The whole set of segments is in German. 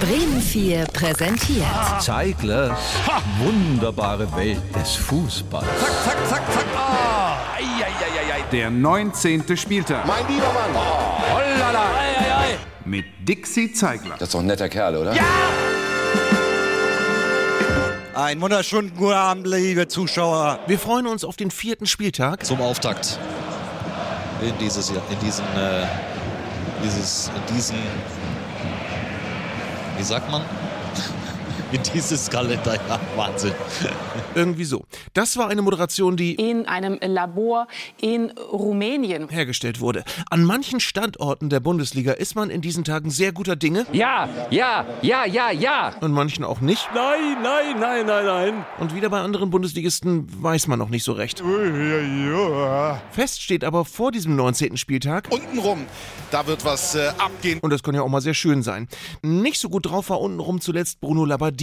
Bremen 4 präsentiert. Zeiglers wunderbare Welt des Fußballs. Zack, zack, zack, zack. Ah, ei, ei, ei, ei, ei. Der 19. Spieltag Mein lieber Mann. Hollala. Ei, ei, ei. mit Dixie Zeigler. Das ist doch ein netter Kerl, oder? Einen wunderschönen guten Abend, liebe Zuschauer. Wir freuen uns auf den vierten Spieltag. zum Auftakt in dieses Jahr, in diesen, äh, dieses, in diesen, wie sagt man? In dieses Kalenderjahr. Wahnsinn. Irgendwie so. Das war eine Moderation, die in einem Labor in Rumänien. hergestellt wurde. An manchen Standorten der Bundesliga ist man in diesen Tagen sehr guter Dinge. Ja, ja, ja, ja, ja. An manchen auch nicht. Nein, nein, nein, nein, nein. Und wieder bei anderen Bundesligisten weiß man noch nicht so recht. Fest steht aber vor diesem 19. Spieltag, untenrum. Da wird was äh, abgehen. und das kann ja auch mal sehr schön sein. Nicht so gut drauf war untenrum zuletzt Bruno Labbadia,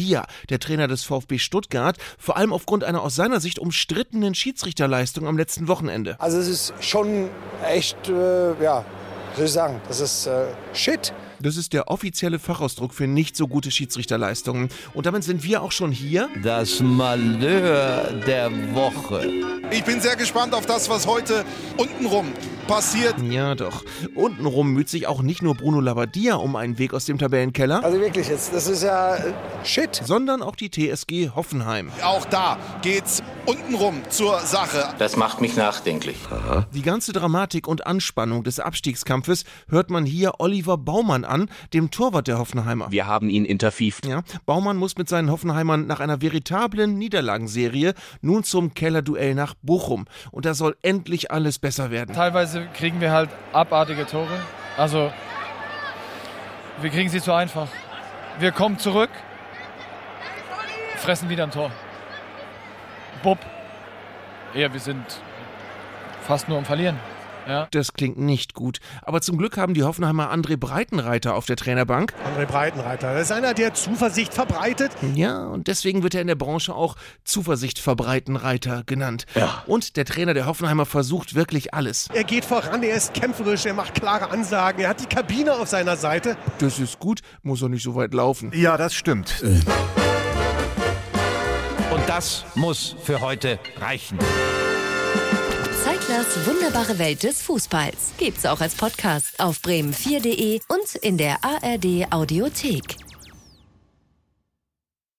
der Trainer des VfB Stuttgart, vor allem aufgrund einer aus seiner Sicht umstrittenen Schiedsrichterleistung am letzten Wochenende. Also es ist schon echt, äh, ja, soll ich sagen, das ist äh, Shit. Das ist der offizielle Fachausdruck für nicht so gute Schiedsrichterleistungen. Und damit sind wir auch schon hier. Das Malheur der Woche. Ich bin sehr gespannt auf das, was heute untenrum passiert. Ja, doch. Untenrum müht sich auch nicht nur Bruno Labbadia um einen Weg aus dem Tabellenkeller, Also wirklich jetzt, das ist ja äh, Shit. sondern auch die TSG Hoffenheim. Auch da geht's untenrum zur Sache. Das macht mich nachdenklich. Die ganze Dramatik und Anspannung des Abstiegskampfes hört man hier Oliver Baumann an, dem Torwart der Hoffenheimer. Wir haben ihn interfieft. Ja, Baumann muss mit seinen Hoffenheimern nach einer veritablen Niederlagenserie nun zum Kellerduell nach Bochum. Und da soll endlich alles besser werden. Teilweise kriegen wir halt abartige Tore. Also, wir kriegen sie zu einfach. Wir kommen zurück, fressen wieder ein Tor. Bub. Ja, wir sind fast nur am Verlieren. Das klingt nicht gut. Aber zum Glück haben die Hoffenheimer André Breitenreiter auf der Trainerbank. André Breitenreiter, das ist einer, der Zuversicht verbreitet. Ja, und deswegen wird er in der Branche auch Zuversicht verbreitenreiter genannt. Und der Trainer der Hoffenheimer versucht wirklich alles. Er geht voran, er ist kämpferisch, er macht klare Ansagen, er hat die Kabine auf seiner Seite. Das ist gut, muss er nicht so weit laufen. Ja, das stimmt. Und das muss für heute reichen. Zeiglers wunderbare Welt des Fußballs. Gibt's auch als Podcast auf bremen4.de und in der ARD Audiothek.